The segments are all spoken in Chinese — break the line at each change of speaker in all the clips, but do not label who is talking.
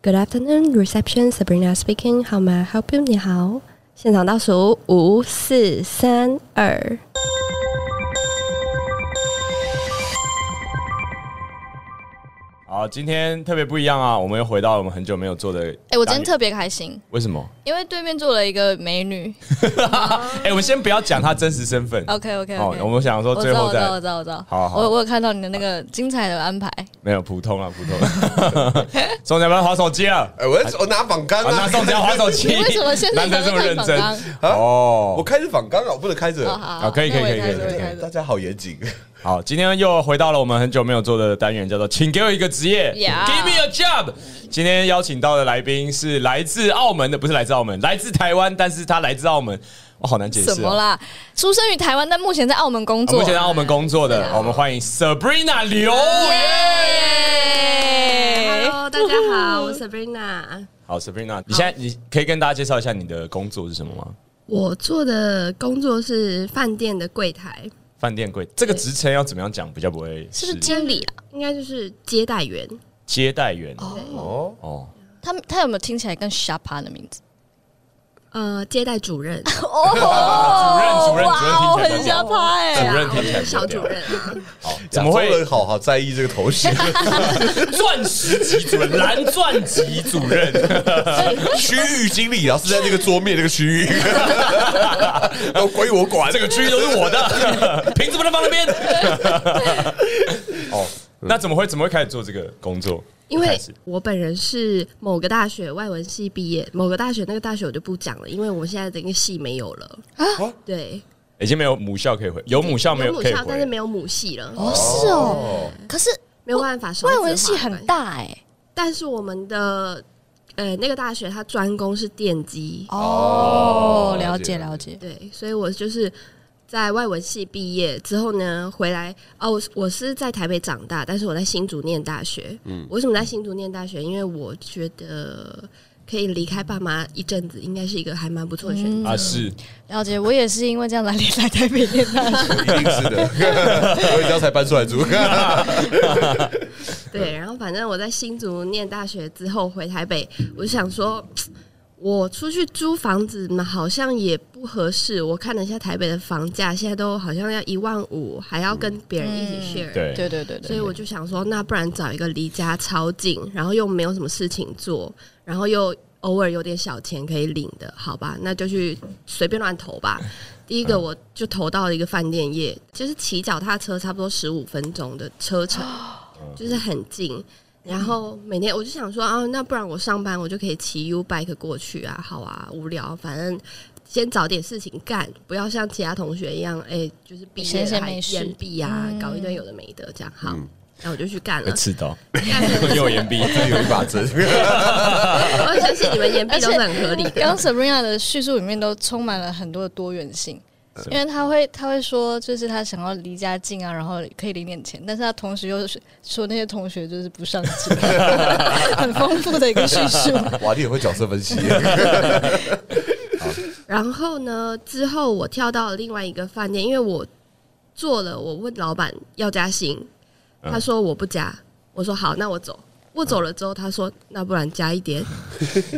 Good afternoon, reception. Sabrina speaking. How may I help you? 你好，现场倒数五、四、三、二。
好，今天特别不一样啊！我们又回到我们很久没有做的。
哎、我今天特别开心，
为什么？
因为对面坐了一个美女。
哎、我们先不要讲他真实身 份
OK OK
哦
OK，、
我们想说
我知
最
道，
后
我知道，
再
我知道，我知道。
好好
我我有看到你的那个精彩的安排。
没有普通啊，普通。 宋江不要划手机 了，
哎、我在我拿仿钢
啊、那
啊，
宋江划手机，
你为什么现在
难得这么认真
才会看
啊
哦
我？开着仿钢啊，我不能开着。
好哦好好，
可以
那我也
可以可以
开始
可以
我也开始
大家好严谨，
好，今天又回到了我们很久没有做的单元，叫做“请给我一个职业
Yeah
”，Give me a job。今天邀请到的来宾是来自澳门的，不是来自澳门，来自台湾，但是他来自澳门，我、好难解释、哦。
什么啦？出生于台湾，但目前在澳门工
我
作。
们前在澳门工作的，我们欢迎 Sabrina 刘耶。
Hello，大家好，我是 Sabrina。
好，Sabrina，你现在你可以跟大家介绍一下你的工作是什么吗？
我做的工作是饭店的柜台，
饭店柜这个职称要怎么样讲比较不会
是不是经理啊？
应该就是接待员。
接待员
哦，
哦，
他他有没有听起来跟 s h a p a 的名字？
呃，接待主 任，
哦
主任主任主任听起来
很
比较
s 帕哎、
主任听起来比较
小主任啊，
好，怎么会
亚洲人好好在意这个头 衔？
钻石级主任、蓝钻级主任？
区域经理，然后是在那个桌面那个区 域，都归我管。
这个区域都是我的，凭什么能放那边？哦，那怎么会怎么会开始做这个工作？
因
一开
为
始
我本人是某个大学外文系毕业，某个大学那个大学我就不讲了，因为我现在的那个系没有了
哦
对，
已经没有母校可以回，有母啊校没
有
有
母
可以
校，但是
回。
没有母系了，
哦，是哦。
哦，
可是
没有办法少子
外
化
文系
的关
很
系，
大哎、
但是我们的呃那个大学它专攻是电机，
哦，
哦
了
了
解
解
了解。
对，所以我就是在外文系毕业之后呢，回来哦，我我是在台北长大，但是我在新竹念大学。嗯，为什么在新竹念大学？因为我觉得可以离开爸妈一阵子，应该是一个还蛮不错的选择。
啊，是
了解，我也是因为这样来来台北念大学。
一定是 的，我一定要才搬出来住。 哦
对，然后反正我在新竹念大学之后回台北，我就想说，我出去租房子嘛，好像也不合适。我看了一下台北的房价，现在都好像要一万五，还要跟别人一起 share、
对
对对对
所
对，
以我就想说，那不然找一个离家超近，然后又没有什么事情做，然后又偶尔有点小钱可以领的，好吧，那就去随便乱投吧。第
嗯
一个我就投到了一个饭店业，就是骑脚踏车差不多十五分钟的车程，
哦
就是很近。然后每天我就想说，啊，那不然我上班我就可以骑 U bike 过去啊，好啊，无聊，反正先找点事情干，不要像其他同学一样，哎、就是毕业
闲
了
闲
还
没事
延毕啊，搞一堆有的没的，这样好。
嗯
然后我就去干
被
了，
刺到，
干了
呃又有岩壁。
这里有一把针，
我相信你们延毕都是很合理的。
刚刚 Sabrina 的叙述里面都充满了很多的多元性，因为他会他会说，就是他想要离家近啊，然后可以领点钱，但是他同时又是说那些同学就是不上 进，很丰富的一个叙述。
哇，你也会角色分析，
然后呢，之后我跳到了另外一个饭店，因为我做了，我问老板要加薪，
嗯
他说我不加，我说好，那我走。我走了之后，他说那不然加一点。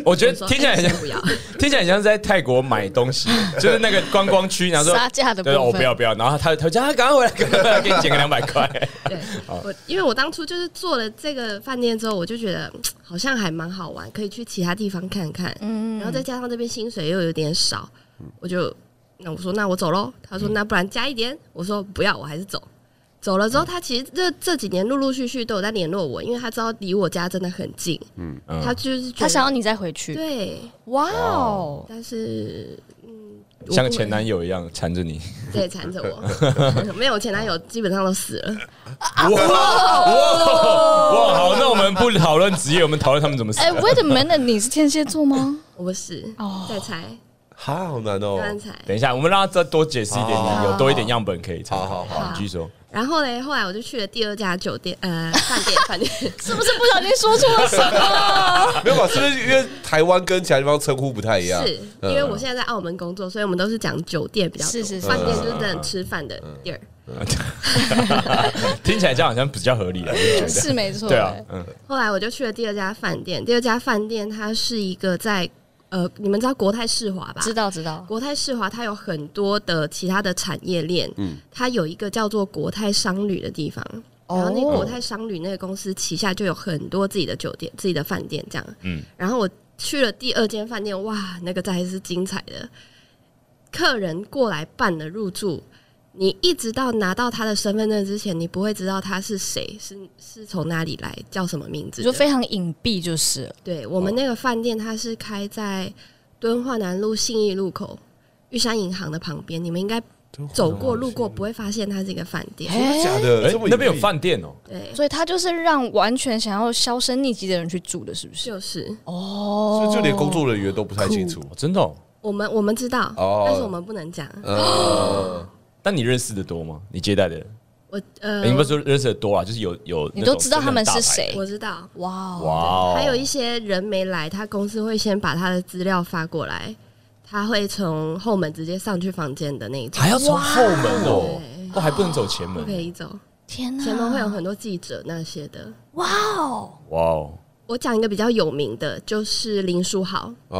我觉
我
得
说
嗯听起来
哎
很像
先，不要。
听起来很像是在泰国买东西，就是那个观光区，然后说
杀价的部
对，
分
我不要不要，然后他他讲啊，赶快回来，赶快回来，给你减个两百块。
对，我因为我当初就是做了这个饭店之后，我就觉得嗯好像还蛮好玩，可以去其他地方看看。
嗯，
然后再加上这边薪水又有点少，我就那我说那我走喽。他说那不然加一点，我说不要，我还是走。走了之后，他其实这这几年陆陆续续都有在联络我，因为他知道离我家真的很近，
嗯
他就是觉得
他想要你再回去，
对，
哇哦，
但是嗯，我
像
不
前男友一样缠着你，
对缠着我， 没有我前男友基本上都死了，
哇哇好，那我们不讨论职业，我们讨论他们怎么死
哎。，Wait a minute，你是天蝎座吗？
我不是
哦
再猜，
哈，好难哦
慢。慢猜。
等一下，我们让他再多解释一点点，有多一点样本可以查。
好好好
你继续说。
然后嘞，后来我就去了第二家酒店，呃，饭店，饭店。
是不是不小心说错了什么？
没有吧？是不是因为台湾跟其他地方称呼不太一样？嗯
是因为我现在在澳门工作，所以我们都是讲酒店比较多，
呃
是是是
饭店就是真的吃饭的地儿。
听起来这样好像比较合理了，我就觉得
是没错。哎
对啊，嗯，
后来我就去了第二家饭店，第二家饭店它是一个在呃，你们知道国泰世华吧？
知道知道。
国泰世华它有很多的其他的产业链，
嗯
它有一个叫做国泰商旅的地方。然后那个国泰商旅那个公司旗下就有很多自己的酒店、自己的饭店这样。
嗯
然后我去了第二间饭店，哇，那个才是精彩的。客人过来办了入住，你一直到拿到他的身份证之前，你不会知道他是谁，是是从哪里来，叫什么名字
你
的。
就非常隐蔽就是了，
对我们那个饭店，它是开在敦化南路信义路口玉山银行的旁边，你们应该走过路过不会发现它是一个饭店。
真的假的？
哎
这么，
那边有
隐蔽
饭店哦，
对，
所以他就是让完全想要销声匿迹的人去住的，是不是？
就是
哦，
所以就连工作人员都不太清楚。
哦真的哦。
我们我们知道，
哦
但是我们不能讲。
呃，
但你认识的多吗？你接待的人，
我呃
你，不是说认识的多啊，就是有有，
你都知道他们是谁
我知道，
哇
哇哦，
哦，
还有一些人没来，他公司会先把他的资料发过来，他会从后门直接上去房间的那一种
还，要从后门哦
对，
哦还不能走前门
不可，以走，
天哪，
前面会有很多记者那些的。
哇哦
哇哦
我讲一个比较有名的，就是林书豪，
哦，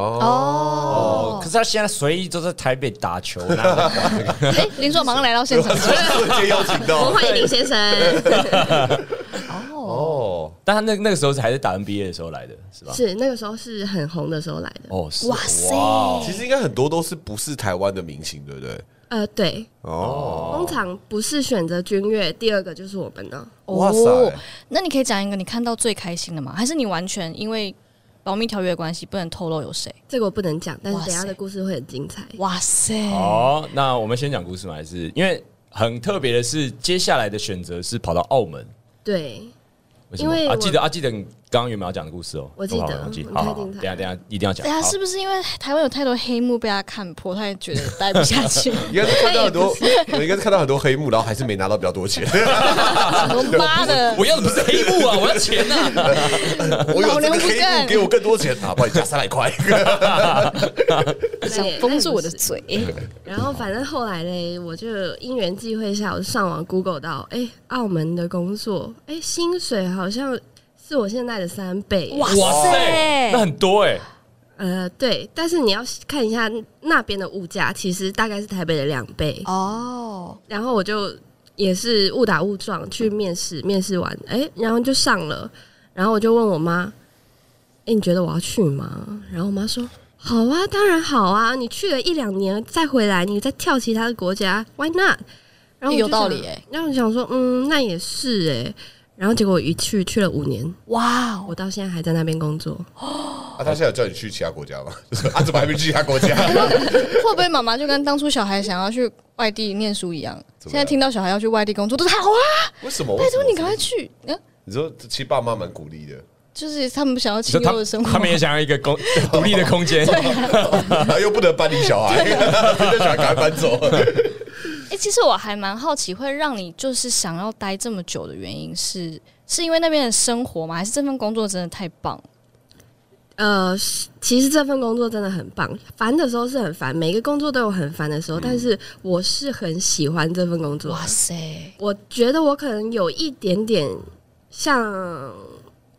哦！
哦
可，是他现在随意都在台北打球啦，
哎，林硕马上来到现场，
瞬间邀请
我们
到
欢迎林先生。
哦，
哦，
但他那那个时候还是打 NBA 的时候来的，是吧？
是那个时候是很红的时候来的。
哦，是
哇塞
哦
其实应该很多都是不是台湾的明星，对不对？
呃，对，
哦，
通常不是选择君越，第二个就是我们了。
哇塞，
哦那你可以讲一个你看到最开心的吗？还是你完全因为保密条约的关系不能透露有谁？
这个我不能讲，但是
哇
等
塞
一下的故事会很精彩。
哇塞，
好，那我们先讲故事嘛，还是因为很特别的是，接下来的选择是跑到澳门。
对，
为什么
因为
啊，
我
记得啊，记得你刚刚原本要讲的故事哦，
我记得
好好好记得，
我
好好，
太
好
精
等一
彩
下等一下一定要讲。
对啊，
好
是不是因为台湾有太多黑幕被他看破，他也觉得待不下去，
应该是看到很 多，我应该是看到很多黑幕，然后还是没拿到比较多钱。
我妈的，
我要的不是黑幕啊，我要钱啊！
我有
老
这
娘
个
不
黑
干
幕，给我更多钱啊！不然你加三百块。
想封住我的嘴。
然后反正后来嘞，我就因缘际会下，我上网 Google 到，哎、澳门的工作，哎、薪水好像是我现在的三倍。
哇塞
那很多哎，
呃，对，但是你要看一下那边的物价，其实大概是台北的两倍。
哦，
然后我就也是误打误撞去面试，面试完，哎、然后就上了，然后我就问我妈，哎、你觉得我要去吗？然后我妈说，好啊，当然好啊，你去了一两年再回来，你再跳其他的国家，Why not？然后我就
有道
想
理欸
然后我想说，嗯，那也是哎、然后结果我一去去了五年，
哇
我
哦，
到现在还在那边工作。
啊，他现在有叫你去其他国家吗？就是啊，怎么还没去其他 国家？
会不会妈妈就跟当初小孩想要去外地念书一样？
怎
现
么
在
样
听到小孩要去外地工作，都是好啊，
为什
哦
么？
拜托
为什么
你赶快去。嗯，
你说，其实爸妈蛮鼓励的，
就是他们想要
你
清
他
幽的生活，
他们 也想要一个公独立的空间。
然后又不能搬离小 孩，就想赶快搬 走。
哎、其实我还蛮好奇，会让你就是想要待这么久的原因是，是因为那边的生活吗？还是这份工作真的太棒？
呃，是其实这份工作真的很棒，烦的时候是很烦，每个工作都有很烦的时
嗯
候，但是我是很喜欢这份工作。
哇塞！
我觉得我可能有一点点像，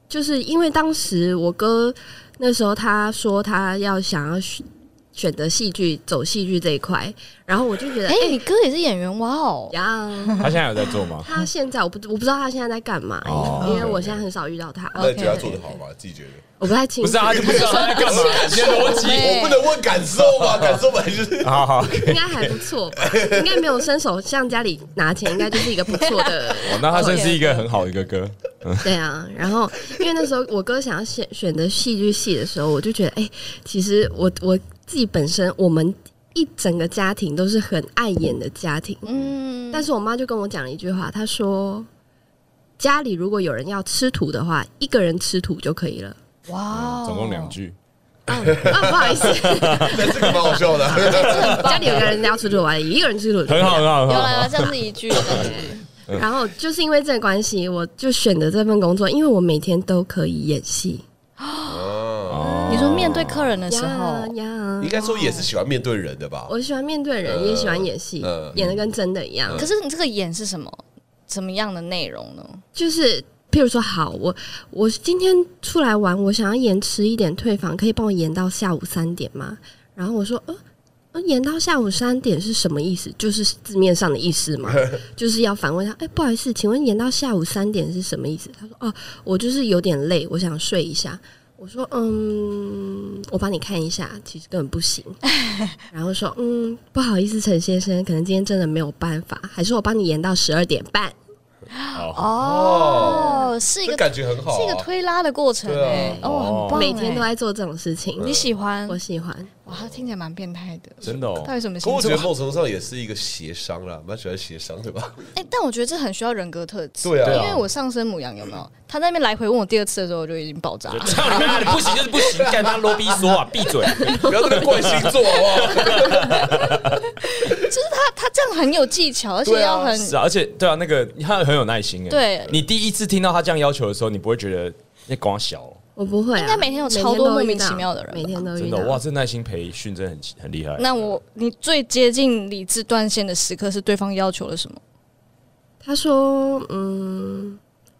就是因为当时我哥那时候他说他要想要选选择戏剧，走戏剧这一块，然后我就觉得
哎、
哎
你哥也是演员哇哦！
呀。
他现在有在做吗？
他现在我不我不知道他现在在干嘛、
哦呃
因为我现在很少遇到他，
那你觉得他做的好吗？自己觉得？
我不太清
不
楚。
是啊，他就不知道他在 干嘛，你的逻辑。
哎
我不能问感受 吗？感受本来就是
好好，哦 好
应该还不错吧？应该没有伸手向家里拿钱，应该就是一个不错的。
哦
那他真是一个很好的一个歌。
对啊，然后因为那时候我哥想要选选择戏剧系的时候，我就觉得，哎、其实我我自己本身，我们一整个家庭都是很爱演的家庭，
嗯，
但是我妈就跟我讲了一句话，她说。家里如果有人要吃土的话，一个人吃土就可以了。
哇哦，
嗯总共两句，
哦，啊不好意思，
但这个蛮好笑的。
家里有个人要吃土，我一个人吃土就可以
很
了
好，很好，很
有
好。
啦，有啦这样是一句，
然后就是因为这个关系，我就选择这份工作，因为我每天都可以演戏。
哦，
你说面对客人的时候
呀，呀
应，该说也是喜欢面对人的吧？
我喜欢面对人，也喜欢演戏
呃，
演的跟真的一样。
可是你这个演是什么？怎么样的内容呢？
就是譬如说，好，我我今天出来玩，我想要延迟一点退房，可以帮我延到下午三点吗？然后我说，呃。呃延到下午三点是什么意思？就是字面上的意思嘛，就是要反问他。哎、不好意思，请问延到下午三点是什么意思？他说：哦，我就是有点累，我想睡一下。我说：嗯，我帮你看一下，其实根本不行。然后说：嗯，不好意思，陈先生，可能今天真的没有办法，还是我帮你延到十二点半。
哦，是一
这
个
感觉很好啊，
是一个推拉的过程
对啊
哎、哦，很棒、
每天都
哎
在做这种事情。
你喜欢
我喜欢，
哇，他听起来蛮变态的，
真的哦
到底什么
可
星
我觉得
座？
某种程度上也是一个协商啦，蛮喜欢协商的 吧？
哎、但我觉得这很需要人格特质，
对啊
因为我上升母羊有没有？他在那边来回问我第二次的时候，我就已经爆炸了。
操你妈！你不行就是不行，干他啰逼说啊，闭 嘴！
不要这个怪星座好不好？
就是他他这样很有技巧，而且要很
是啊，而且对啊，那个他很有耐心
啊
哎。
对
你第一次听到他这样要求的时候，你不会觉得那光小哦，
我不会、啊。
应该每天有超多莫名其妙的人吧
每天都
真
遇
的哦
到。
哇，这耐心培训真的很很厉害。
哦那我你最接近理智断线的时刻是对方要求了什么？
他说：“嗯，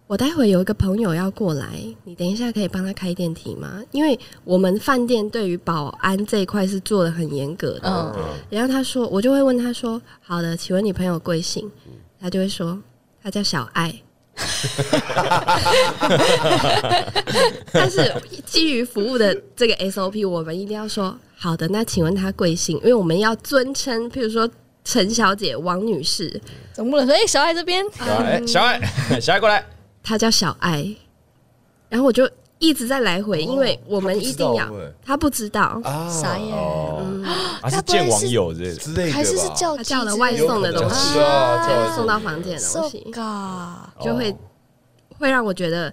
我待会有一个朋友要过来，你等一下可以帮他开电梯吗？因为我们饭店对于保安这一块是做的很严格的。
嗯，
然后他说，我就会问他说：好的，请问你朋友贵姓？他就会说他叫小爱。” 但是基于服务的这个 SOP，我们一定要说好的。那请问他贵姓？因为我们要尊称，譬如说陈小姐、王女士，
总不能说哎、小爱这边
啊
小爱，小爱，小爱过来。
她叫小爱。然后我就一直在来回，
哦
因为我们一定要
她不知道
她不知道，
欸 啊
傻眼，
啊，是见网友之类的。
之类的吧，
还是是叫
她叫了外送的东西
是，啊，叫
她
外
就
送
送到房间哦的东
So
西，
God，
就会
哦
会让我觉得，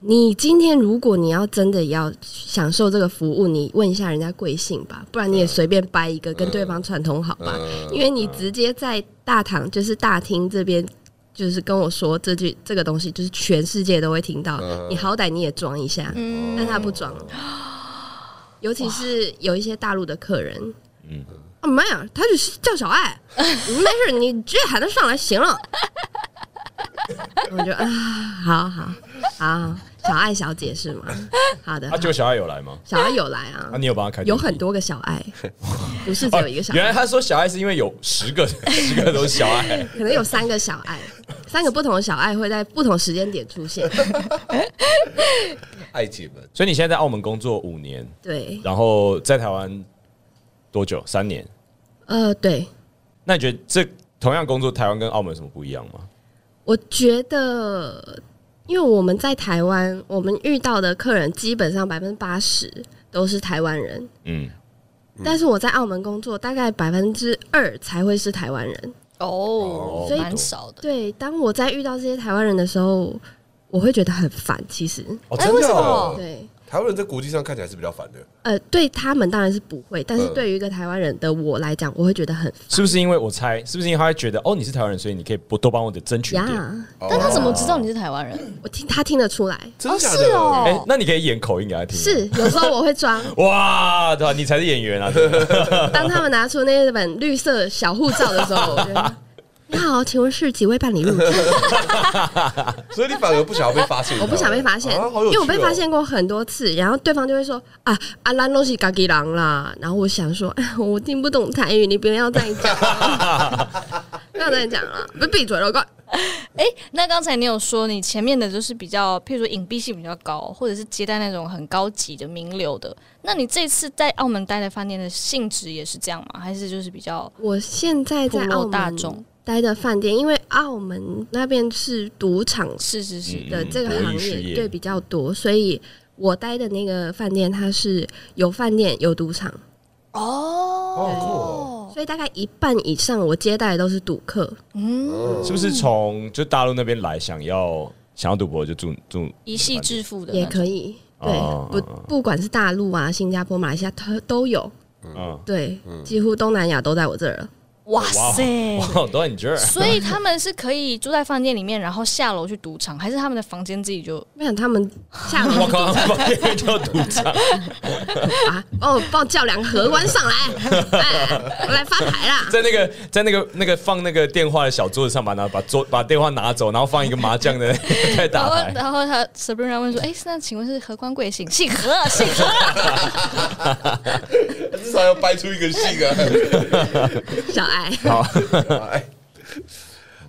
你今天如果你要真的要享受这个服务，你问一下人家贵姓吧，不然你也随便掰一个跟对方串通好
嗯
吧，因为你直接在大堂就是大厅这边。就是跟我说这句这个东西，就是全世界都会听到。
嗯
你好歹你也装一下，但他不装。尤其是有一些大陆的客人，嗯，啊妈呀，他就是叫小爱，没事，你直接喊他上来行了。 我就啊，好好好，小爱小姐是吗？好的
啊，，结果小爱有来吗？
小爱有来啊
啊，，你有帮他开？
有很。多个小爱，不是只有一个小
原来
爱，
他说小爱是因为有十个， 十个都是小爱。
可能有三个小爱，三个不同的小爱会在不同时间点出现。
爱姐们，
所以你现在在澳门工作五年，
对，
然后在台湾多久？三年。
呃，对，
那你觉得这同样工作，台湾跟澳门有什么不一样吗？
我觉得，因为我们在台湾，我们遇到的客人基本上百分之八十都是台湾人，
嗯，
但是我在澳门工作，大概百分之二才会是台湾人。
哦，
所以
蛮少的。
对，当我在遇到这些台湾人的时候，我会觉得很烦。其实，
哦，
哎
真
为
的
什
哦
么，
对，
台湾人在国际上看起来是比较烦的，
呃，对他们当然是不会，但是
嗯
对于一个台湾人的我来讲，我会觉得很
是不是因为我猜？是不是因为他会觉得哦，你是台湾人，所以你可以不多帮我的争取一点？
呀。
但他怎么知道你是台湾人？
我听他听得出来，
嗯真的假
是
的？
哎、
哦，
那你可以演口音给他听。啊
是有时候我会装。
哇，对吧、你才是演员啊！真的
当他们拿出那本绿色小护照的时候，我觉得。 你好，请问是几位办理入境？
所以你反而不想要被发现，
我不想被发现，
啊好有趣哦
因为我被发现过很多次，然后对方就会说啊啊，兰东西嘎吉郎啦。然后我想说，哎，我听不懂台语，你不要再讲 了，不要再讲了，不闭嘴了，快！
哎、那刚才你有说你前面的就是比较，譬如说隐蔽性比较高，或者是接待那种很高级的名流的。那你这次在澳门待的饭店的性质也是这样吗？还是就是比较
我现在在
普
澳
罗
门
大众
待的饭店，因为澳门那边是赌场
是是是？
嗯
的这个
博弈
行
事业
业对比较多，所以我待的那个饭店它是有饭店有赌场，
哦，
所以大概一半以上我接待的都是赌客。
嗯，
是不是从就大陆那边来，想要想要赌博就住住
一系致富的
也
那种
可以，对，
哦
不不管是大陆啊、新加坡、马来西亚，它都有，
嗯，
对，几乎东南亚都在我这儿了。
哇
哇
塞！
哇，都很 jerk。
所以他们是可以住在饭店里面，然后下楼去赌场，还是他们的房间自己就
我想他们下楼
我靠，旁边就赌场，
啊，哦，帮我叫两个荷官上 来，哎，我来发牌啦。
在那个在那个那个放那个电话的小桌子上，把拿把桌把电话拿走，然后放一个麻将的 在
然
打
后
牌。
然后他 Sabrina 问说：“哎、那请问是何官贵姓？姓何，啊姓何。
至少要掰出一个姓 啊。
小爱，
好，
哎，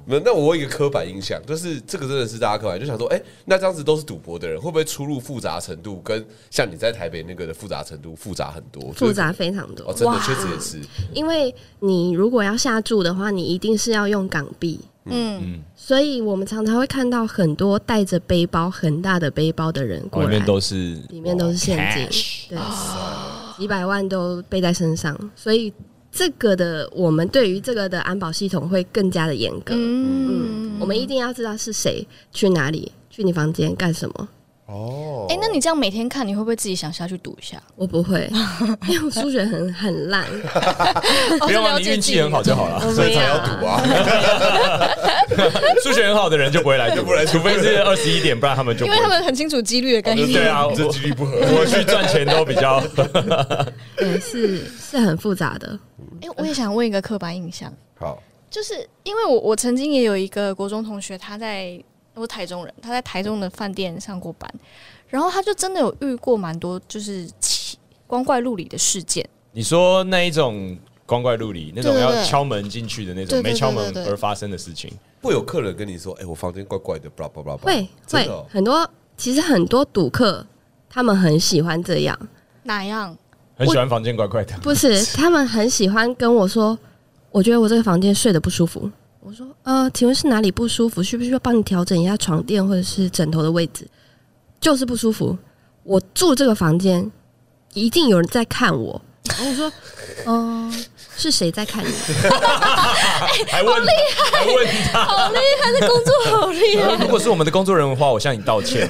那那我有一个刻板印象，就是这个真的是大家刻板，就想说，哎、那这样子都是赌博的人，会不会出入复杂程度跟像你在台北那个的复杂程度复杂很多？就是
复杂非常
哦，
多，
真的
哇
确实也是，
因为你如果要下注的话，你一定是要用港币。”
嗯，
所以我们常常会看到很多带着背包很大的背包的人过
哦里
来，
面都是
里面都是现金，对，
啊
几百万都背在身上，所以这个的我们对于这个的安保系统会更加的严格，
嗯，
我们一定要知道是谁去哪里，去你房间干什么。
哦，
哎、那你这样每天看，你会不会自己想下去赌一 下？
我不会，因为我数学很很 烂，
不用啊，
哦了
你
解
运
自
气
己
很好就好了。
所以才要赌 啊，
数学很好的人就不会来赌，
就不来赌
除非是二十一点，不然他们就
因
不会
为他们很清楚几率的概念。
对啊，我
这几率不合。
我去赚钱都比较
对，是是很复杂的。
哎、我也想问一个刻板印象，
好，
就是因为我我曾经也有一个国中同学，他在我台中人，他在台中的饭店上过班，然后他就真的有遇过蛮多就是奇光怪陆离的事件。
你说那一种光怪陆离，那种
对对
要
对
敲门进去的那
对
种
对对
没敲门
对对对
而发生的事情，
会有客人跟你说，哎、我房间怪怪的，blah blah blah blah，
会
真
会
的哦
很多，其实很多赌客他们很喜欢这样，
哪样？
很喜欢房间怪怪的。
不是，他们很喜欢跟我说，我觉得我这个房间睡得不舒服。我说，呃，请问是哪里不舒服？需不需要帮你调整一下床垫或者是枕头的位置？就是不舒服。我住这个房间，一定有人在看我。然后我说，嗯、是谁在看你？
还问还问他，
好厉害，这工作好厉 害。
如果是我们的工作人员的话，我向你道歉。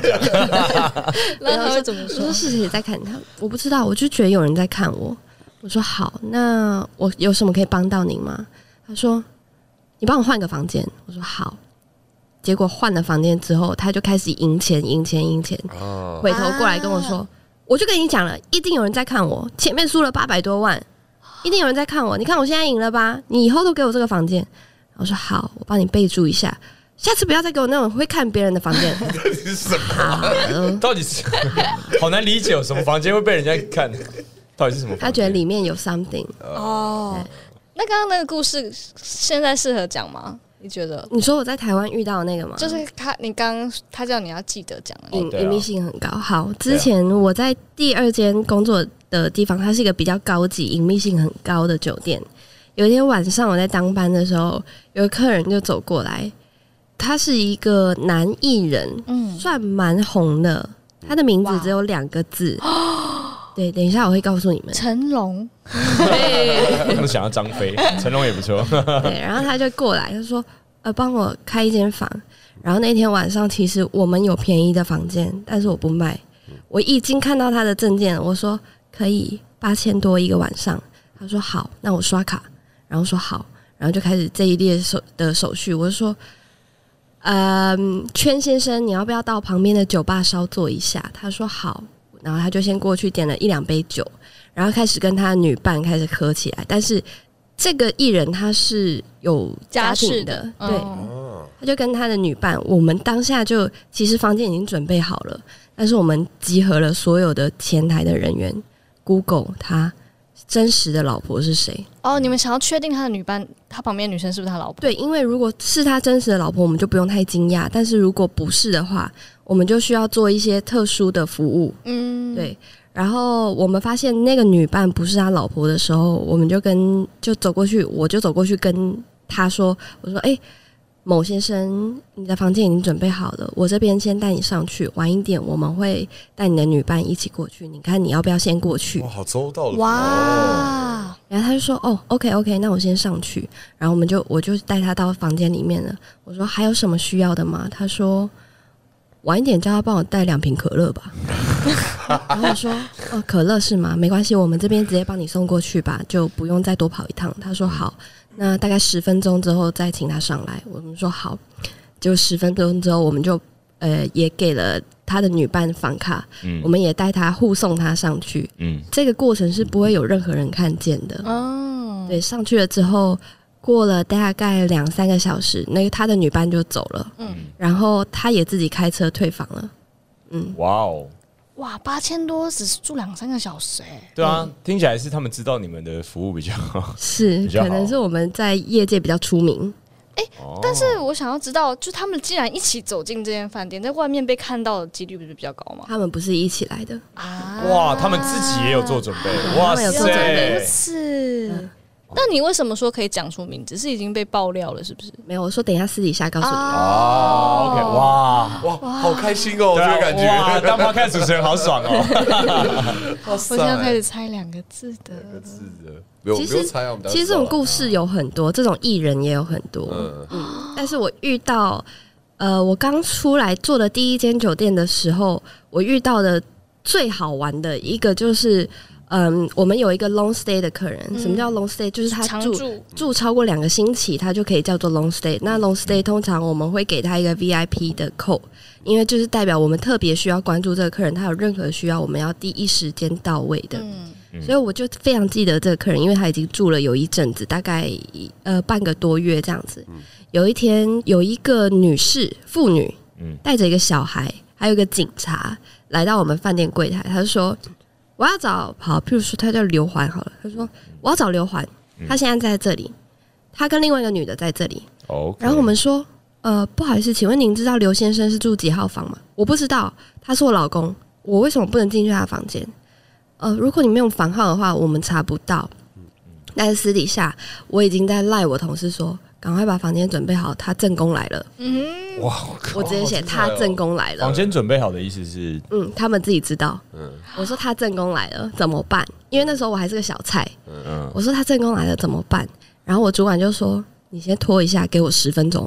那他会怎么
我
说
说？是谁在看他？我不知道，我就觉得有人在看我。我说好，那我有什么可以帮到您吗？他说你帮我换个房间。我说好。结果换了房间之后，他就开始赢钱，赢钱，赢钱，
啊，
回头过来跟我说，我就跟你讲了，一定有人在看我，前面输了八百多万，一定有人在看我。你看我现在赢了吧？你以后都给我这个房间。我说好，我帮你备注一下，下次不要再给我那种会看别人的房间。
这是什么？
好。呃
到底是 好难理解，哦有什么房间会被人家看？到底是什么房间？
他觉得里面有 something，
哦，
嗯
那刚刚那个故事现在适合讲吗？你觉得？
你说我在台湾遇到的那个吗？
就是他，你刚刚他叫你要记得讲啊
嗯
隐
哦对啊
隐秘性很高。好，
对
之
啊
前我在第二间工作的地方，它是一个比较高级、隐秘性很高的酒店。有一天晚上我在当班的时候，有个客人就走过来，他是一个男艺人，
嗯，
算蛮红的，他的名字
哇
只有两个字。对，等一下我会告诉你们。
成龙，
我怎么想要张 飞、成龙也不错。
对，然后他就过来，他说：“呃，帮我开一间房。”然后那天晚上，其实我们有便宜的房间，但是我不卖。我已经看到他的证件了，我说可以八千多一个晚上。他说好，那我刷卡。然后说好，然后就开始这一列手的手续。我就说，嗯，圈先生，你要不要到旁边的酒吧稍坐一下？他说好，然后他就先过去点了一两杯酒，然后开始跟他的女伴开始喝起来。但是这个艺人他是有
家
庭
世
的，对，
嗯
他就跟他的女伴，我们当下就其实房间已经准备好了，但是我们集合了所有的前台的人员，Google 他真实的老婆是谁。
哦，你们想要确定他的女伴，他旁边的女生是不是他老婆？
对，因为如果是他真实的老婆，我们就不用太惊讶；但是如果不是的话，我们就需要做一些特殊的服务。
嗯，
对，然后我们发现那个女伴不是他老婆的时候，我们就跟就走过去，我就走过去跟他说：“我说，哎、某先生，你的房间已经准备好了，我这边先带你上去，晚一点我们会带你的女伴一起过去，你看你要不要先过去
哇，？”好周到的，
哇，
然后他就说：“哦，OK OK，那我先上去。”然后我们就我就带他到房间里面了。我说：“还有什么需要的吗？”他说：“晚一点叫他帮我带两瓶可乐吧。”然后我说：“哦，可乐是吗？没关系，我们这边直接帮你送过去吧，就不用再多跑一趟。”他说：“好。”那大概十分钟之后再请他上来。我们说好，就十分钟之后，我们就呃也给了他的女伴房卡，
嗯
我们也带他护送他上去。
嗯，
这个过程是不会有任何人看见的。
哦，
对，上去了之后，过了大概两三个小时，那个他的女伴就走了，
嗯
然后他也自己开车退房了。
哇哦，
哇，八千多只是住两三个小时哎、
对
嗯
啊，听起来是他们知道你们的服务比较好，
是
比，较好
可能是我们在业界比较出名。
但是我想要知道，就他们既然一起走进这间饭店，在外面被看到的几率不是比较高吗？
他们不是一起来的，
啊
哇，他们自己也有做准备，哇
他们有做准备
如此。那你为什么说可以讲出名字？是已经被爆料了，是不是？
没有，我说等一下私底下告诉你。
哦，OK，哇，
哇，好开心哦，
对
这
啊
个感
哇，
觉。
当 podcast 主持人好爽 哦，
哇
我
塞
现在开始猜两个字的，
是的，不用
其
不
实
用猜啊，我们
其实这种故
事，
事有很多，这种艺人也有很多。
嗯，
但是我遇到，呃，我刚出来做的第一间酒店的时候，我遇到的最好玩的一个就是，嗯，我们有一个 long stay 的客人。什么叫 long stay？就是他
常
住
住
住超过两个星期，他就可以叫做 long stay。那 long stay 通常我们会给他一个 VIP 的扣，因为就是代表我们特别需要关注这个客人，他有任何需要，我们要第一时间到位的。所以我就非常记得这个客人，因为他已经住了有一阵子，大概一呃半个多月这样子。有一天，有一个女士妇女
嗯，
带着一个小孩，还有一个警察来到我们饭店柜台，他就说：“我要找好，譬如说他叫刘环好了，他说我要找刘环，他现在在这里，他跟另外一个女的在这里。
哦 OK，
然后我们说，呃，不好意思，请问您知道刘先生是住几号房吗？我不知道，他是我老公，我为什么不能进去他的房间？呃，如果你没有房号的话，我们查不到。但是私底下，我已经在赖我同事说，赶快把房间准备好，他正宫来了。
嗯，
我直接写他正宫来了
房。间准备好的意思是，
嗯，他们自己知道。
嗯
我说他正宫来了怎么办？因为那时候我还是个小菜。
嗯，
我说他正宫来了怎么办？然后我主管就说：“你先拖一下，给我十分钟。”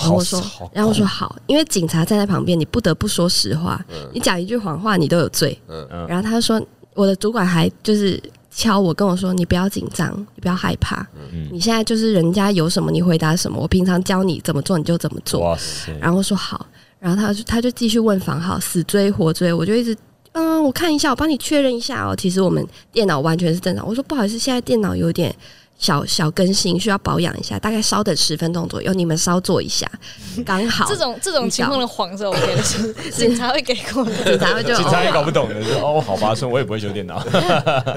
然后
好
我说
好，
然后我说好，因为警察站在旁边，你不得不说实话，你讲一句谎话你都有罪。
嗯
然后他说，我的主管还就是敲我跟我说，你不要紧张，你不要害怕，
嗯
你现在就是人家有什么你回答什么，我平常教你怎么做你就怎么做。
哇塞，
然后我说好，然后他就他就继续问房号，死追活追，我就一直。嗯，我看一下，我帮你确认一下哦。其实我们电脑完全是正常。我说不好意思，现在电脑有点小小更新，需要保养一下，大概稍等十分钟左右，你们稍坐一下，刚好。
这种这种情况的谎是 OK 的，是不是 警察会给过的。
警察会就
警察也搞不懂 的，是哦，好吧，所以我也不会修电脑，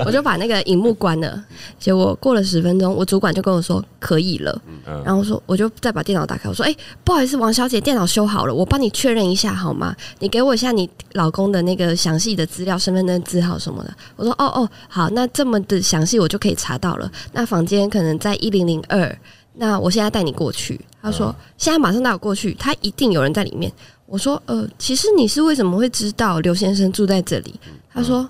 我就把那个荧幕关了，结果过了十分钟，我主管就跟我说可以了，
嗯
然后说我就再把电脑打开，我说哎、不好意思，王小姐，电脑修好了，我帮你确认一下好吗？你给我一下你老公的那个详细的资料，身份证字号什么的。我说哦哦，好，那这么的详细我就可以查到了。那房间可能在一零零二，那我现在带你过去。他说、现在马上带我过去，他一定有人在里面。我说呃，其实你是为什么会知道刘先生住在这里？他说。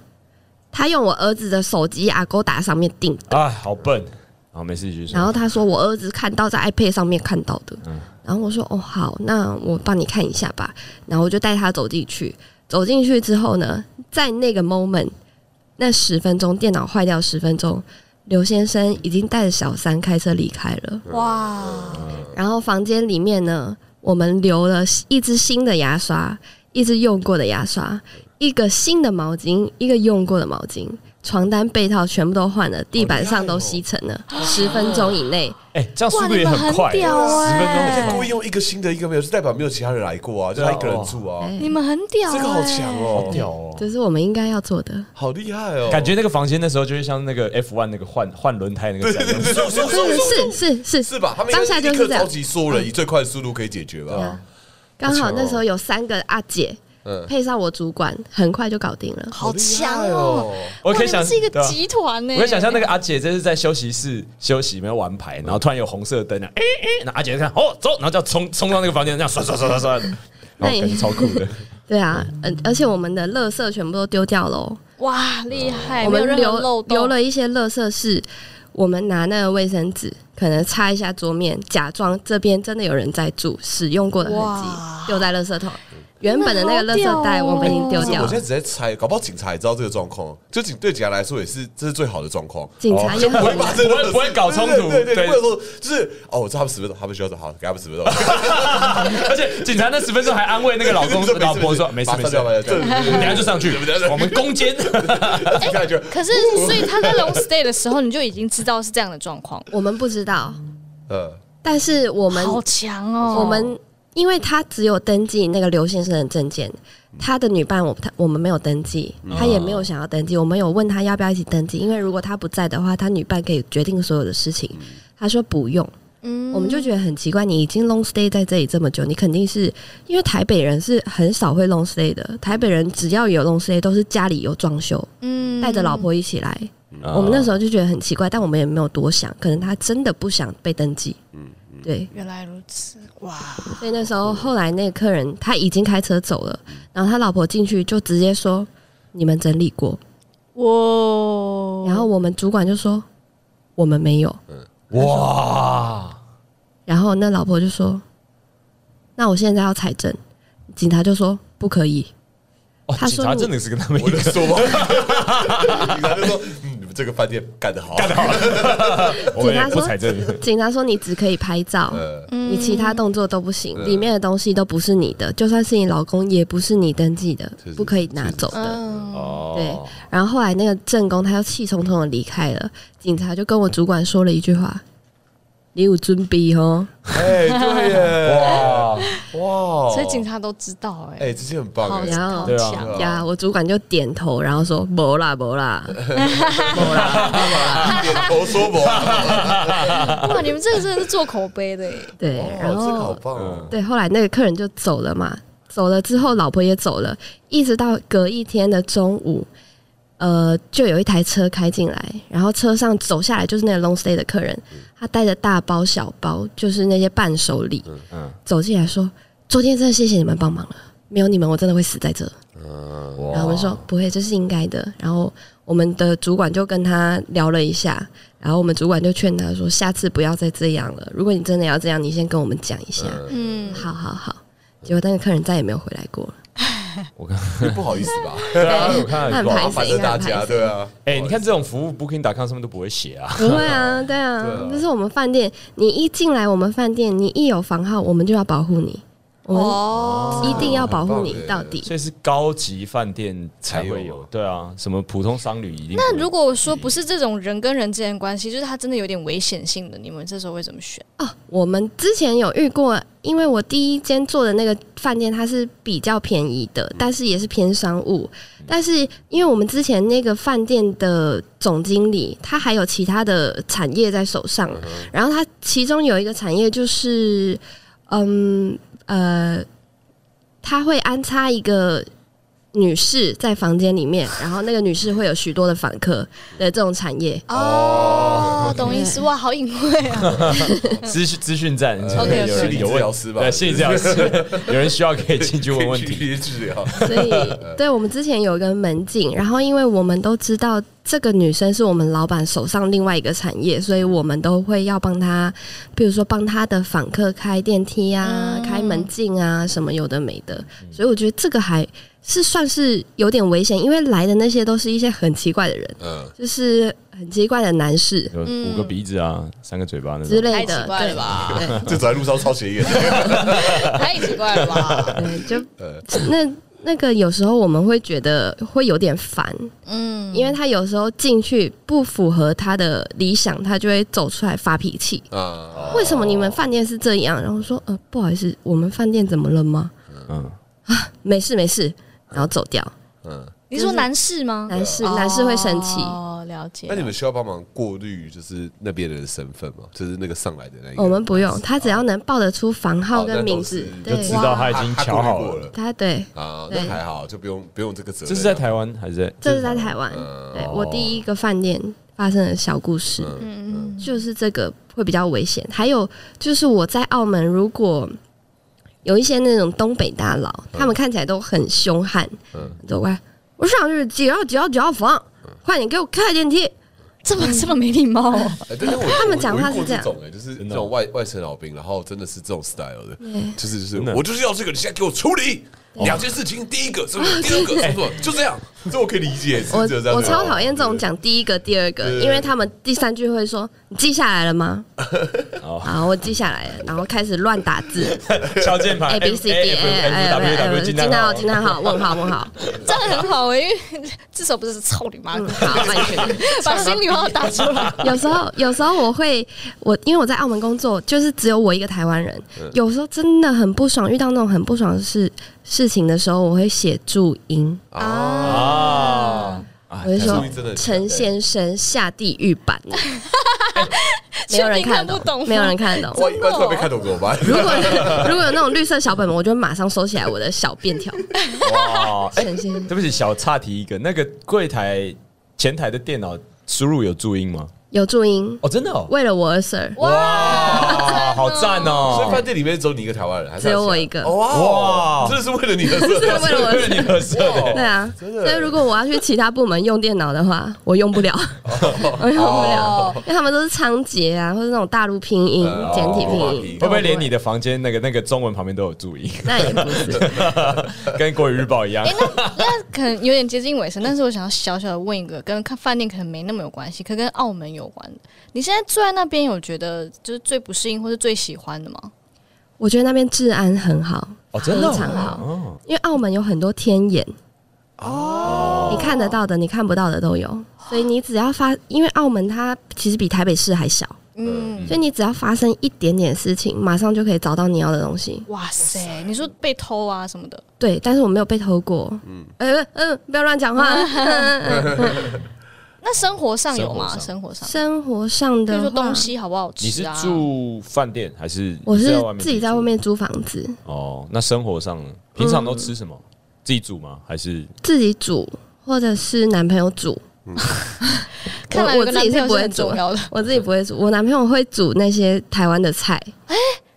他用我儿子的手机阿勾打上面订，
哎，好笨，好，没事，继续说。
然后他说我儿子看到在 iPad 上面看到的，然后我说哦好，那我帮你看一下吧，然后我就带他走进去，走进去之后呢，在那个 moment 那十分钟电脑坏掉十分钟，刘先生已经带着小三开车离开了，
哇，
然后房间里面呢，我们留了一支新的牙刷，一支用过的牙刷，一个新的毛巾，一个用过的毛巾，床单被套全部都换了，地板上都吸尘了，
哦
十、分钟以内。
哎、这样速
哇，
度
你
也
们
很快、
屌
而
哎、
且故意用一个新的，一个没有，是代表没有其他人来过啊，就他一个人住啊，
哎
你们很屌、哎
这个好强！哦，
屌哦！
这是我们应该要做的，
好厉害哦，
感觉那个房间那时候就会像那个 F1 那个换换轮胎那 个
对
站，
对对对对
是是是
是吧？他们应该
当下就
立
是
刻
这样嗯
超。级缩人，以最快的速度可以解决
对
吧
啊？刚好那时候有三个阿姐，
嗯
配上我主管，很快就搞定了。
好强
厉害
哦！！
我可以
哇
想
你们是一
对
个
啊
集团呢、欸
我可以想象那个阿姐，这是在休息室休息，没有玩牌，然后突然有红色的灯啊，哎、哎，那、阿姐就看哦走，然后就要冲冲到那个房间，这样刷刷刷刷刷的，然
那
后
也
感觉超酷 的。
对啊，嗯，而且我们的垃圾全部都丢掉哦喽。
哇，厉
我
害！哎没
们
有任何
留
漏洞
留了一些垃圾是，我们拿那个卫生纸，可能擦一下桌面，假装这边真的有人在住，使用过的痕迹
哇
丢在垃圾桶。原本的那个垃圾袋我们已经丢
哦
哦
不是，
掉
我
了。
现在只在猜，搞不好警察也知道这个状况，就警对警察来说也是这是最好的状况。
警察也
就不会
很
把这个
不会不会搞冲突
对 对
对
对，不会说就是哦，我知道他们十分钟，他们需要走，好，给他们十分钟。
而且警察那十分钟还安慰那个 老 公老婆说：“没事没事，
马上就要马上
等一下就上 去，我们攻坚。
警察就
可是，
嗯
所以他在 long stay 的时候，你就已经知道是这样的状况，
我们不知道，
呃，
但是 我们
好强哦！
我们因为他只有登记那个留先生的证件，他的女伴我他我们没有登记，
嗯
他也没有想要登记。我们有问他要不要一起登记，因为如果他不在的话，他女伴可以决定所有的事情。
嗯
他说不用，
嗯
我们就觉得很奇怪。你已经 long stay 在这里这么久，你肯定是因为台北人是很少会 long stay 的。台北人只要有 long stay，都是家里有装修，
嗯
带着老婆一起来。我
啊
们那时候就觉得很奇怪，但我们也没有多想，可能他真的不想被登记。对。
原来如此，哇！
所以那时候后来那个客人他已经开车走了，然后他老婆进去就直接说：“你们整理过。
我
然后我们主管就说：“我们没有。
哇，”
然后那老婆就说：“那我现在要采证。”警察就说：“不可以。
哦，
他
警
说
察
你
真的是跟他们一
我就
个
说吧， 警察就说，嗯，你们这个饭店干得好，干啊得好，
我们也不采证，”
警察说：“你只可以拍照，
呃，
你其他动作都不行，
嗯
里面的东西都不是你的，就算是你老公也不是你登记的
是，
不可以拿走的。”
嗯，
对
哦，，
然后后来那个正宫他又气冲冲的离开了，警察就跟我主管说了一句话：“你有准备哦。
哎，对耶，
哇，
哇，
所以警察都知道哎、
哎，这些很棒
好
哎，
然后
好
对啊
强，
对
呀，
啊
我主管就点头，然后说：“没啦，没啦，没啦，没啦。
哎
点头说不，
啊
哇！你们这个真的是做口碑的、欸，”
对，
哇，
然
哦这个好
后
棒
嗯
哦，
对，后来那个客人就走了嘛，走了之后，老婆也走了，一直到隔一天的中午，呃，就有一台车开进来，然后车上走下来就是那个 long stay 的客人，他带着大包小包，就是那些伴手礼，
嗯，
走进来说：“昨天真的谢谢你们帮忙了，没有你们我真的会死在这。”
嗯
然后我们说：“不会，这是应该的。”然后我们的主管就跟他聊了一下，然后我们主管就劝他说：“下次不要再这样了，如果你真的要这样，你先跟我们讲一下。
嗯，
好好好。结果那个客人再也没有回来过了，
嗯
也不好意思 吧，
对啊，我看
那很
麻
排
烦
斥，
了大
很
家，
排
对
斥。
啊，
哎，你看这种服务 Booking.com 上面都不会写啊，
不会啊，对啊，这是我们饭店。你一进来我们饭店，你一有房号，我们就要保护你，我们
哦，
一定要保护你
很棒
到底。
所以是高级饭店才
才
会
有
有
啊，
对啊，什么普通商旅一定不会。
那如果
嗯
说不是这种人跟人之间的关系，就是他真的有点危险性的，你们这时候会怎么选？
哦，我们之前有遇过，因为我第一间做的那个饭店它是比较便宜的，但是也是偏商务。但是因为我们之前那个饭店的总经理，他还有其他的产业在手上，然后他其中有一个产业就是，嗯呃，他会安插一个。女士在房间里面，然后那个女士会有许多的访客的这种产业，
哦，懂意思哇，好隐晦啊！
资讯资讯站
呃
OK，OK
有
心
人
理
有
治
问
疗师吧
对，心理治疗师有人需要可以进去问问
可
题。
以去治疗，
所以，对我们之前有一个门禁，然后因为我们都知道这个女生是我们老板手上另外一个产业，所以我们都会要帮她，比如说帮她的访客开电梯
嗯
啊、开门禁啊，什么有的没的。所以我觉得这个还是算是有点危险，因为来的那些都是一些很奇怪的人，
嗯，
就是很奇怪的男士
有五个鼻子啊，三个嘴巴那
之
种。
类
太奇
的，
怪了
对
吧？
这走在路上超显眼的，
太奇怪了吧？
对，就
呃
那那个有时候我们会觉得会有点烦，
嗯，
因为他有时候进去不符合他的理想，他就会走出来发脾气。
嗯哦
啊，
为什么你们饭店是这样？然后说呃，不好意思，我们饭店怎么了吗？啊
嗯，
没事没事，然后走掉。
嗯，
你说男士吗？
男士男士会生气，
哦，了解。
那你们需要帮忙过滤，就是那边人的身份吗？就是那个上来的那一个人，
我们不用，他只要能报得出房号
哦那
跟
都
名字
是，
就
对
知，道他已经瞧好
过滤过
了。
了
他对，
啊，那
对
还好，就不用不用这个责任啊。
这是在台湾还是在？
这是在台湾，对我第一个饭店发生的小故事。
嗯，嗯
就是这个会比较危险。还有就是我在澳门，如果有一些那种东北大佬，他们看起来都很凶悍，走过来，我上去几号几号几号房，快点给我开电梯。
这么这么没礼貌哦，
哎，对，因为我
他们讲话是这样
我遇过这种哎，就是
真的哦
这种外外省老兵，然后真的是这种 style 的，就是就是
真的
我就是要这个，你现在给我处理，两件事情，第一个什么，第二个什么，就这样，这我可以理解。
我
是这样
我超讨厌这种讲第一个、第二个，因为他们第三句会说：“你记下来了吗？”好，我记下来了，然后开始乱打字
敲键盘
，A B C D A
F
A
W W
惊叹号、惊叹号、问号、问号，
这样很好哎、因为至少不是操你
嗯
妈，
好，慢一圈。
把心里话打出 来。
有时候，有时候我会，我因为我在澳门工作，就是只有我一个台湾人。
嗯
有时候真的很不爽，遇到那种很不爽的事事情的时候，我会写注音，
啊，
啊。
我就说
注音真的很强
陈先生下地狱 版，没有人看得
确定看不懂吗
懂，没有人看得 懂。
万一万一突然被看懂怎么办？
如果如果有那种绿色小本本，我就会马上收起来我的小便条。
哇，哎、
陈先生
对不起，小岔题一个，那个柜台前台的电脑输入有注音吗？
有注音，
哦，真的哦，
为了我而 sir，
哇，好赞
所以
哦
饭！店里面只有你一个台湾人，还是
只有我一个
哦哇，真的是为了你的事，
为 了我而
为了
sir。
你而设哦的，
对啊，
真的
所以如果我要去其他部门用电脑的话，我用不了，
哦
我用不了，因为他们都是仓颉啊，或者那种大陆拼音、
啊
哦
简体拼
哦
音，
会不会连你的房间那个那个中文旁边都有注音，
那也不是。
跟国语日报一样
哎、？那那可能有点接近尾声，但是我想要小小的问一个，跟看饭店可能没那么有关系，可跟澳门有关的。你现在住在那边，有觉得就是最不适应或是最喜欢的吗？
我觉得那边治安很好，
哦，真的哦
非常好，
哦，
因为澳门有很多天眼哦，你看得到的、你看不到的都有，所以你只要发，因为澳门它其实比台北市还小，
嗯，
所以你只要发生一点点事情，马上就可以找到你要的东西。
哇塞，你说被偷啊什么的，
对，但是我没有被偷过。嗯，呃，嗯，不要乱讲 话。
那生活上有吗？
生
生活上，
生活上
比如
的
说
话
东，西好不好吃、啊？
你是住饭店还是
我是
在外面
自己在外面租房子，
住哦？那生活上呢平常都吃什么？自己煮吗？还是
自己煮，或者是男朋友煮。
看来
我
有
我
个
自己
男朋友
不
是
会
很
煮
重要的，
我自己不会煮，我男朋友会煮那些台湾的菜，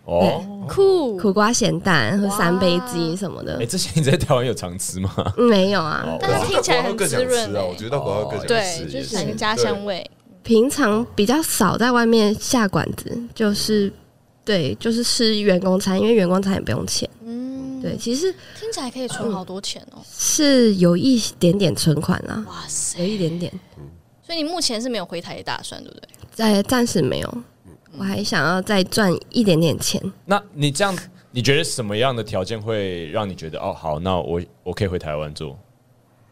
哦？
酷
苦瓜咸蛋和
哇
三杯鸡什么的
哎，。这些你在台湾有常吃吗？
嗯没有啊，
哦
但是听起来很滋润
我觉得到国外会更想吃啊！我觉得到国外会更想吃
对，
也
就是一个家乡味。
平常比较少在外面下馆子，就是对，就是吃员工餐，因为员工餐也不用钱。
嗯，
对，，其实
听起来可以存好多钱哦。
是有一点点存款啦，
哇
有
塞，
一点点，
所以你目前是没有回台的打算，对不对？
在暂时没有。我还想要再赚一点点钱，
那你这样，你觉得什么样的条件会让你觉得哦，好，那我我可以回台湾做？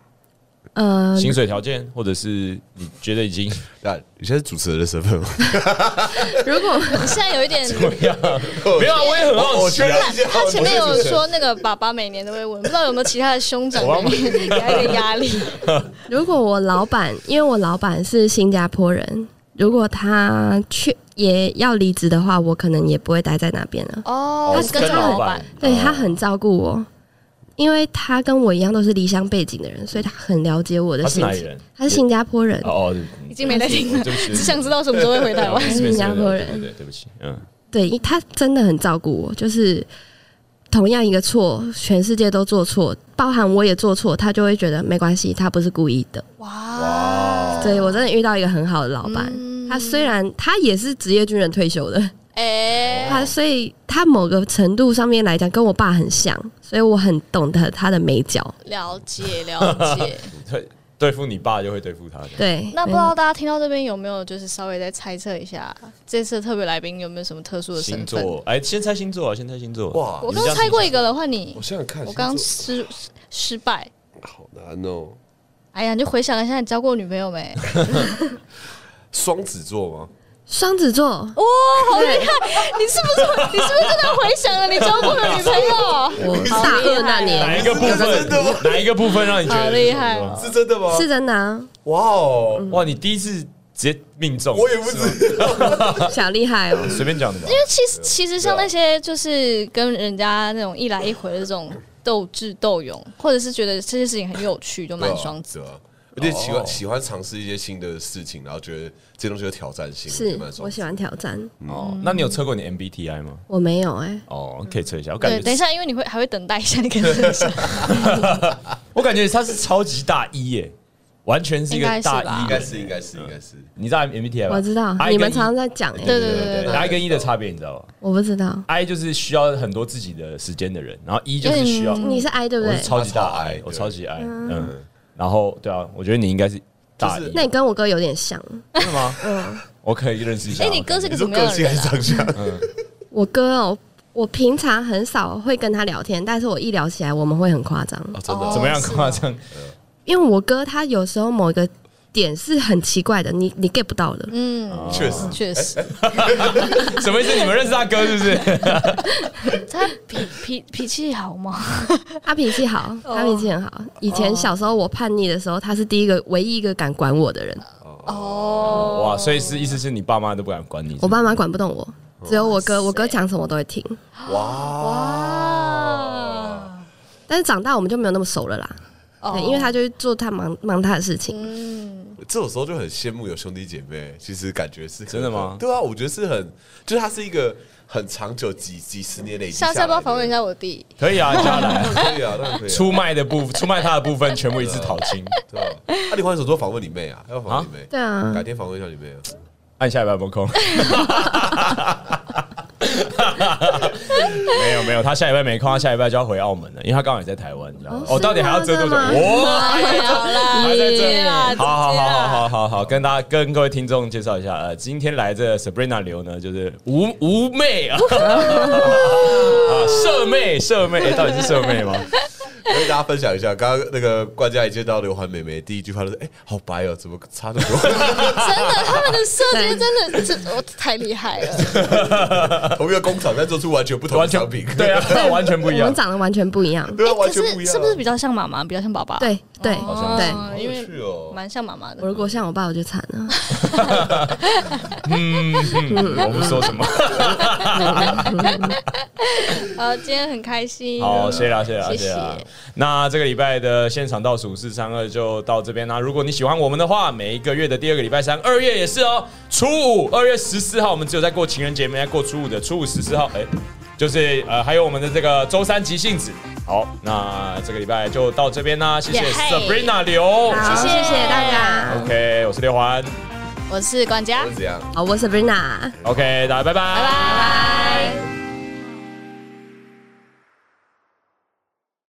呃，
薪水条件，或者是你觉得已经
那你现在是主持人的身份吗？
如果
你现在有一 点
怎么样？没有啊，我也很好奇啊。
他前面有说那个爸爸每年都会问，不知道有没有其他的兄长
我要
给你给他一个 压力。
如果我老板，因为我老板是新加坡人，如果他去也要离职的话，我可能也不会待在那边了。
哦
哦
他跟着老板，
对他很照顾我，因为他跟我一样都是离乡背景的人，所以他很了解我的
他是
心
哪里
情。
人？
他是新加坡人，
哦，哦
已经没在听了，
对不起，
只想知道什么时候会回台湾。
没事没事
新加坡人
对对对，对不起，嗯，
对，因他真的很照顾我，就是。同样一个错，全世界都做错，包含我也做错，他就会觉得没关系，他不是故意的。
哇，
对我真的遇到一个很好的老板，
嗯
他虽然他也是职业军人退休的，
哎，
他所以他某个程度上面来讲跟我爸很像，所以我很懂得他的美角。
了解了解。
对对付你爸就会对付他的。
对，
那不
哎
知道大家听到这边有没有，就是稍微再猜测一下，这次特别来宾有没有什么特殊的身
星
份？
座，哎，先猜星座啊，先猜星座。
哇
我
你
刚
这
刚
样
猜过
听
一个了，换你
我。想想看，
我刚
星座
失失失败。
好难哦，
哎呀，你就回想一下，你交过女朋友没？
双子座吗？
双子座，
哇，好厉害！你是不是你是不是真的回想了你交过的女朋友？
我
好
大
厉
二那
害哦
哪
年
一个部
真的吗
分？哪一个部分让你觉得
好厉害哦
是真的吗？
是真的 啊，
哇哦，
哇，你第一次直接命中，
我也不知道，
小厉害 哦。
随便讲的吧。
因为其实其实像那些就是跟人家那种一来一回的这种斗智斗勇，或者是觉得这些事情很有趣，就蛮双子。
对啊。而且喜欢、
哦
喜欢尝试一些新的事情，然后觉得这些东西有挑战性，我觉
是
得蛮爽
我喜欢挑战，
哦，那你有测过你 MBTI 吗？
我没有哎、
哦，可以测一下。我感
对，
觉
等一下，因为你会 还会等待一下，你可以等一下。
我感觉他是超级大一耶，完全是一个
应该是
大
吧
一，
应该是，应该
嗯
是，应该是。
你知道 MBTI 吧？
我知道
，I
你们
跟 E-
常常在讲哎、
对对
对
对
对
对，
I 跟 E 的差别你知道吗
我不知道，
？I 就是需要很多自己的时间的人，然后 E 就是需要，
嗯
你是 I 对不
我
对
是？超级大
他超 I，
I，我
对
超级 I，嗯，然后对啊，我觉得你应该是大
就是
E，
那你跟我哥有点像，
真的吗？我可以认识一下。
哎，你哥是个
你
什
说
么样
个
的
性还
人
是
啊？
长相？
我哥哦，我平常很少会跟他聊天，但是我一聊起来我们会很夸张，
哦，真的
哦
怎么样
是
夸张？
因为我哥他有时候某一个点是很奇怪的，你你 get 不到的，
嗯，
确实
确实，
什么意思？你们认识他哥是不是？
他脾脾脾气好吗？
他脾气好，
哦
他脾气很好。以
哦
前小时候我叛逆的时候，他是第一个唯一一个敢管我的人，
哦，
哇，所以是意思是你爸妈都不敢管你？
我爸妈管不动我，
哦
只有我哥，我哥讲什么我都会听。
哇，
但是长大我们就没有那么熟了啦，对，因为他就去做他忙忙他的事情。
哦嗯，
这种时候就很羡慕有兄弟姐妹，其实感觉是
真的吗
对啊，我觉得是很，就是它是一个很长久几几十年累积下
下
来的。
下帮我访问一下我弟，
可以啊，你叫他来
当然可以啊，当然可以、啊。
出卖的部出卖他的部分全部一次讨清。
对啊，啊，你换手说访问你妹啊，要访问你妹，
对啊
改，天访问一下你妹啊。
按下一半不空。没有没有，他下礼拜没空，他下礼拜就要回澳门了，因为他刚好也在台湾，你知道吗？哦，到底还要遮多
真
久？
的
哇！
哎好啦
还在
直接啦
这，好好
直接
好
啦
好好好好，跟大家跟各位听众介绍一下，呃，今天来这 Sabrina 刘呢，就是无无妹啊，啊，社妹社妹、诶到底是社妹吗？
跟大家分享一下，刚刚那个冠家一见到刘环妹妹，第一句话就是：“哎、好白哦，怎么差那么多？
真的，他们的设计真的这我太厉害了，
同一个工厂，但做出完全不同的
完全
商品。”
对啊，完全不一
我
样
们。长得完全不一样。
对啊，
哎可
完全不一
是
样啊。
是不是比较像妈妈，比较像爸爸？
对对
像
对，
哦因
因为
为蛮像妈妈的
我。如果像我爸，我就惨了。
嗯我不说什么。
呃，今天很开心，
好，谢啦，谢啦，
谢
谢啦
谢。
那这个礼拜的现场倒数四三二就到这边啦。如果你喜欢我们的话，每一个月的第二个礼拜三，二月也是哦，初五，二月十四号，我们只有在过情人节，没在过初五的，初五十四号，哎、就是呃，还有我们的这个周三急性子。好，那这个礼拜就到这边啦，谢谢
耶嘿
Sabrina 刘
好，谢谢大家。
，OK，我是刘环
我是管家，
是这样。
好，我是 Sabrina。
，OK，大家拜拜
拜拜。